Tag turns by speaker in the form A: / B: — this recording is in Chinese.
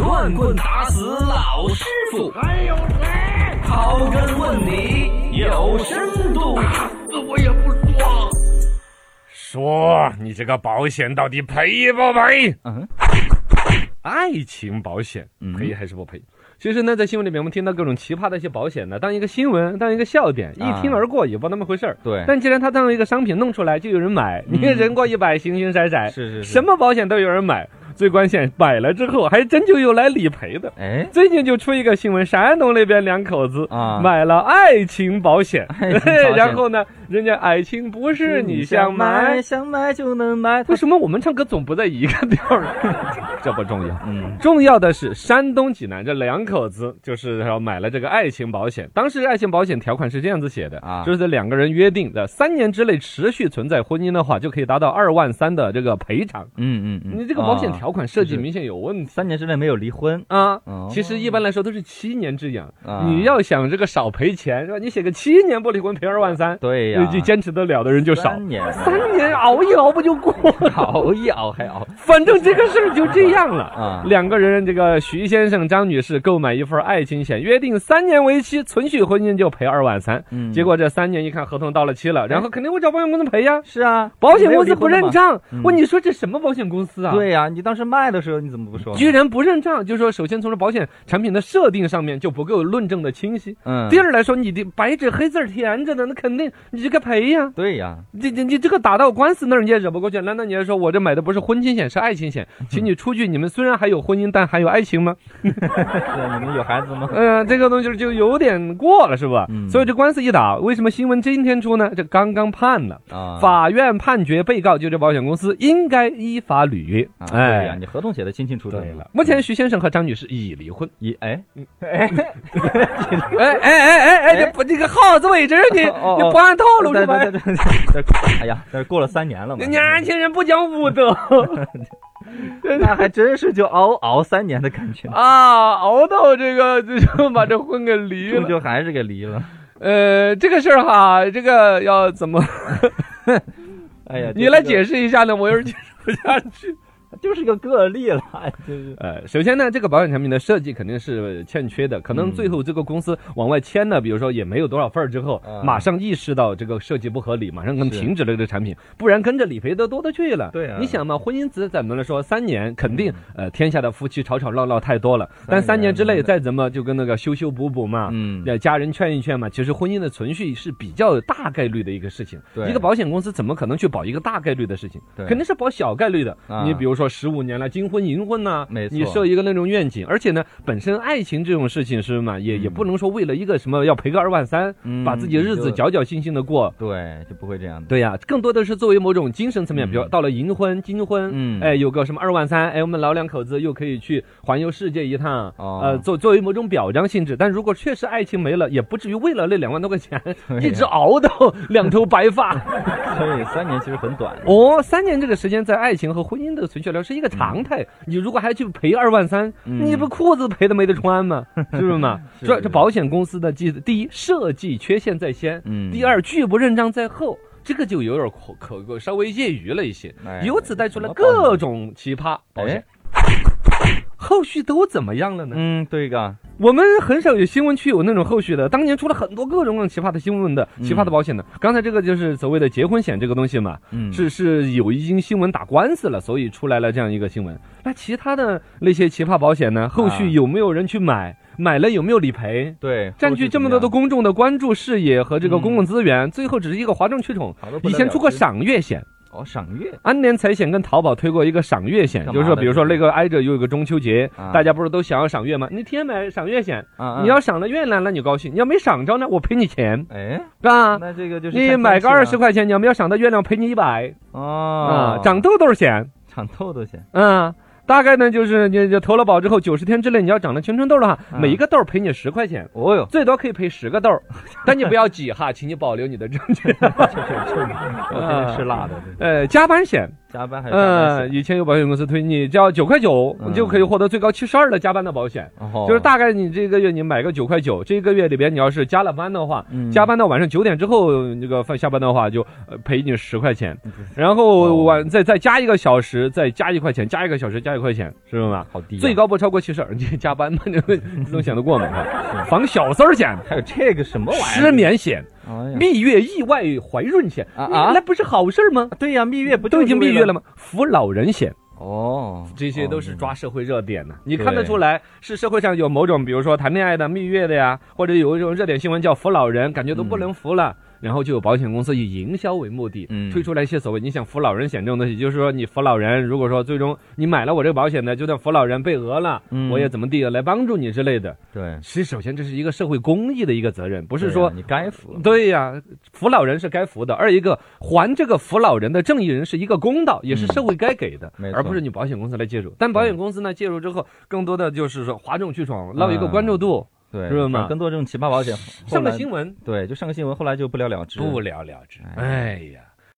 A: 棍棍打死老师傅，
B: 还有谁？
A: 刨根问底有深度。
B: 死我也不说。
C: 说你这个保险到底赔不赔？
D: 嗯，
C: 爱情保险
D: 嗯
C: 赔还是不赔？其实呢，在新闻里面我们听到各种奇葩的一些保险呢，当一个新闻，当一个笑点，
D: 啊
C: 一听而过也不那么回事儿。
D: 对嗯
C: 但既然它当一个商品弄出来，就有人买，你看人过一百，形形色色，
D: 是是是
C: 什么保险都有人买。最关键，买了之后还真就有来理赔的。
D: 哎，
C: 最近就出一个新闻，山东那边两口子
D: 啊
C: 买了爱情保险，
D: 爱情保险
C: 然后呢，人家爱情不是你想买，
D: 想买就能买，
C: 为什么我们唱歌总不在一个调 儿呢？这不重要。
D: 嗯
C: 重要的是，山东济南这两口子就是要买了这个爱情保险。当时爱情保险条款是这样子写的
D: 啊
C: 就是两个人约定的三年之内持续存在婚姻的话，就可以达到二万三的这个赔偿。
D: 嗯嗯嗯，
C: 你这个保险
D: 啊
C: 条款设计
D: 是
C: 明显有问题
D: 三年之内没有离婚，
C: 啊！
D: 哦
C: 其实一般来说都是七年之痒，
D: 啊
C: 你要想这个少赔钱是吧？你写个七年不离婚赔二万三，
D: 对呀
C: 你就坚持得了的人就少。
D: 三年
C: 三年熬一熬不就过了？
D: 熬一熬还熬，
C: 反正这个事儿就这样了
D: 啊
C: 两个人，这个徐先生、张女士购买一份爱情险，约定三年为期，存续婚姻就赔二万三。
D: 嗯
C: 结果这三年一看合同到了期了，然后肯定会找保险公司赔呀。
D: 是啊，
C: 保险公司不认
D: 账，
C: 账
D: 嗯，
C: 问你说这什么保险公司啊？。
D: 对呀，你当时卖的时候你怎么不说呢？
C: 居然不认账，就是说，首先从这保险产品的设定上面就不够论证的清晰。
D: 嗯，
C: 第二来说，你的白纸黑字儿填着呢，那肯定你就该赔呀。
D: 对呀，
C: 你你你这个打到官司那儿你也惹不过去，难道你还说我这买的不是婚亲险是爱情险？
D: 嗯
C: 请你出去，你们虽然还有婚姻，但还有爱情吗？
D: 是你们有孩子 吗？
C: 嗯、这个东西就有点过了，是吧？
D: 嗯
C: 所以这官司一打，为什么新闻今天出呢？这刚刚判了。
D: 啊，
C: 法院判决被告就这保险公司应该依法履约。
D: 啊，对呀，
C: 哎，
D: 你合同写的清清楚楚。
C: 对了，目前徐先生和张女士已离婚。
D: 一哎，
C: 哎哎哎哎哎，
D: 哎
C: 这不这个耗子尾汁儿，你
D: 哦哦
C: 你不按套路是吧
D: 在？在在在哎呀，但 是过了三年了嘛，
C: 你年轻人不讲武德。
D: 那还真是就熬熬三年的感觉，
C: 啊，熬到这个就就把这婚给离
D: 终
C: 了。
D: 究还是给离了。
C: 呃，这个事儿哈，这个要怎么
D: 哎呀，
C: 你来解
D: 释，
C: 释一下呢？我有点解释不下去。
D: 就是个个例了， 哎就是
C: 呃，首先呢，这个保险产品的设计肯定是欠缺的，可能最后这个公司往外签呢，比如说也没有多少份儿之后，
D: 嗯
C: 马上意识到这个设计不合理，马上跟
D: 是
C: 停止了这个产品，不然跟着理赔的多的去了。
D: 对啊嗯
C: 你想嘛，婚姻只咱们来说三年，肯定呃天下的夫妻吵吵闹闹太多了，但三年之内
D: 年
C: 再怎么就跟那个修修补补嘛，
D: 嗯
C: 呃，家人劝一劝嘛。其实婚姻的存续是比较大概率的一个事情。
D: 对
C: 一个保险公司怎么可能去保一个大概率的事情？
D: 对
C: 肯定是保小概率的。
D: 啊
C: 你比如说十五年了，金婚银婚呐、
D: 没错
C: 你设一个那种愿景，而且呢，本身爱情这种事情是嘛，也、也不能说为了一个什么要赔个二万三、
D: 嗯
C: 把自己日子
D: 就
C: 侥侥幸幸的过。
D: 对，就不会这样的。
C: 对呀、更多的是作为某种精神层面，比如到了银婚、金婚，
D: 嗯
C: 哎，有个什么二万三，哎，我们老两口子又可以去环游世界一趟，
D: 哦
C: 呃，作作为某种表彰性质。但如果确实爱情没了，也不至于为了那两万多块钱、一直熬到两头白发。
D: 所以三年其实很短。
C: 哦，三年这个时间在爱情和婚姻的存续来说是一个常态。你如果还去赔二万三，
D: 嗯
C: 你不裤子赔的没得穿 吗？是不是嘛？
D: 是
C: 这
D: 是
C: 这保险公司的记，第一设计缺陷在先，
D: 嗯
C: 第二拒不认账在后。这个就有点可可可稍微业余了一些，
D: 哎
C: 由此带出了
D: 什么保险
C: 各种奇葩保险。后续都怎么样了呢？
D: 嗯，对个，
C: 我们很少有新闻区有那种后续的，当年出了很多各种各样奇葩的新闻的、奇葩的保险的。刚才这个就是所谓的结婚险这个东西嘛，
D: 嗯
C: 是是有一经新闻打官司了，所以出来了这样一个新闻。那其他的那些奇葩保险呢？后续
D: 啊
C: 有没有人去买？买了有没有理赔？
D: 对，
C: 占据这么多的公众的关注视野和这个公共资源，最后只是一个哗众取宠
D: 好嗯多。不
C: 以
D: 得
C: 前出过
D: 了之
C: 赏月险，
D: 哦，赏月
C: 安联财险跟淘宝推过一个赏月险，
D: 干嘛
C: 就是说，
D: 的
C: 比如说那个挨着有一个中秋节，
D: 啊
C: 大家不是都想要赏月吗？你提前买赏月险，
D: 啊，啊
C: 你要赏了月呢，那你高兴；你要没赏着呢，我赔你钱，
D: 哎，
C: 啊。
D: 那这个就是
C: 你
D: 看
C: 买个
D: 天气了
C: 二十块钱，你要没有赏到月亮，赔你一百啊
D: 哦，，
C: 长痘痘险，
D: 长痘痘 去，
C: 嗯，大概呢就是你就投了保之后，九十天之内你要长了全春痘的话，
D: 嗯
C: 每一个痘儿赔你十块钱。
D: 哦 哟，
C: 最多可以赔十个痘儿，但你不 要挤哈，请你保留你的证据。
D: 我天天吃辣的，
C: 啊呃，加班险，
D: 加班还有加班
C: 嗯，
D: 险，嗯
C: 以前有保险公司推你只要九块九，你就可以获得最高七十二的加班的保险。
D: 哦
C: 就是大概你这个月你买个九块九，这个月里边你要是加了班的话，
D: 嗯
C: 加班到晚上九点之后那个放下班的话就呃赔你十块钱
D: 嗯，
C: 然
D: 哦
C: 后晚再再加一个小时，再加一块钱，加一个小时加一块钱，是吗？
D: 好低啊，
C: 最高不超过七十二，你加班嘛，你 能想得过吗？防小三儿险、
D: 还有这个什么玩意儿？
C: 失，眠险、
D: 哎呀，
C: 蜜月意外怀孕险嗯
D: 啊啊
C: 那不是好事儿吗？
D: 对呀，蜜月不
C: 都已经蜜月了
D: 吗？
C: 吗？扶老人险。
D: 哦，
C: 这些都是抓社会热点的、你看得
D: 对
C: 出来是社会上有某种，比如说谈恋爱的、蜜月的呀，或者有一种热点新闻叫扶老人，感觉都不能扶了。然后就有保险公司以营销为目的，
D: 嗯
C: 推出来一些所谓你想扶老人险这种东西，就是说你扶老人，如果说最终你买了我这个保险呢，就算扶老人被讹了，
D: 嗯
C: 我也怎么地来帮助你之类的。
D: 对，
C: 其实首先这是一个社会公益的一个责任，不
D: 不
C: 是说
D: 你该服，
C: 对呀、扶老人是该扶的；二一个还这个扶老人的正义人是一个公道，也是社会该给的，
D: 嗯没错
C: 而不是你保险公司来介入。但保险公司呢介入之后，更多的就是说哗众取宠，捞一个关注度，
D: 对，
C: 是吗
D: 更多这种奇葩保险，
C: 上
D: 后
C: 了
D: 啊来
C: 新闻
D: 对，就上个新闻，后来就不了了之。
C: 不了了之。
D: 哎
C: 哎呀，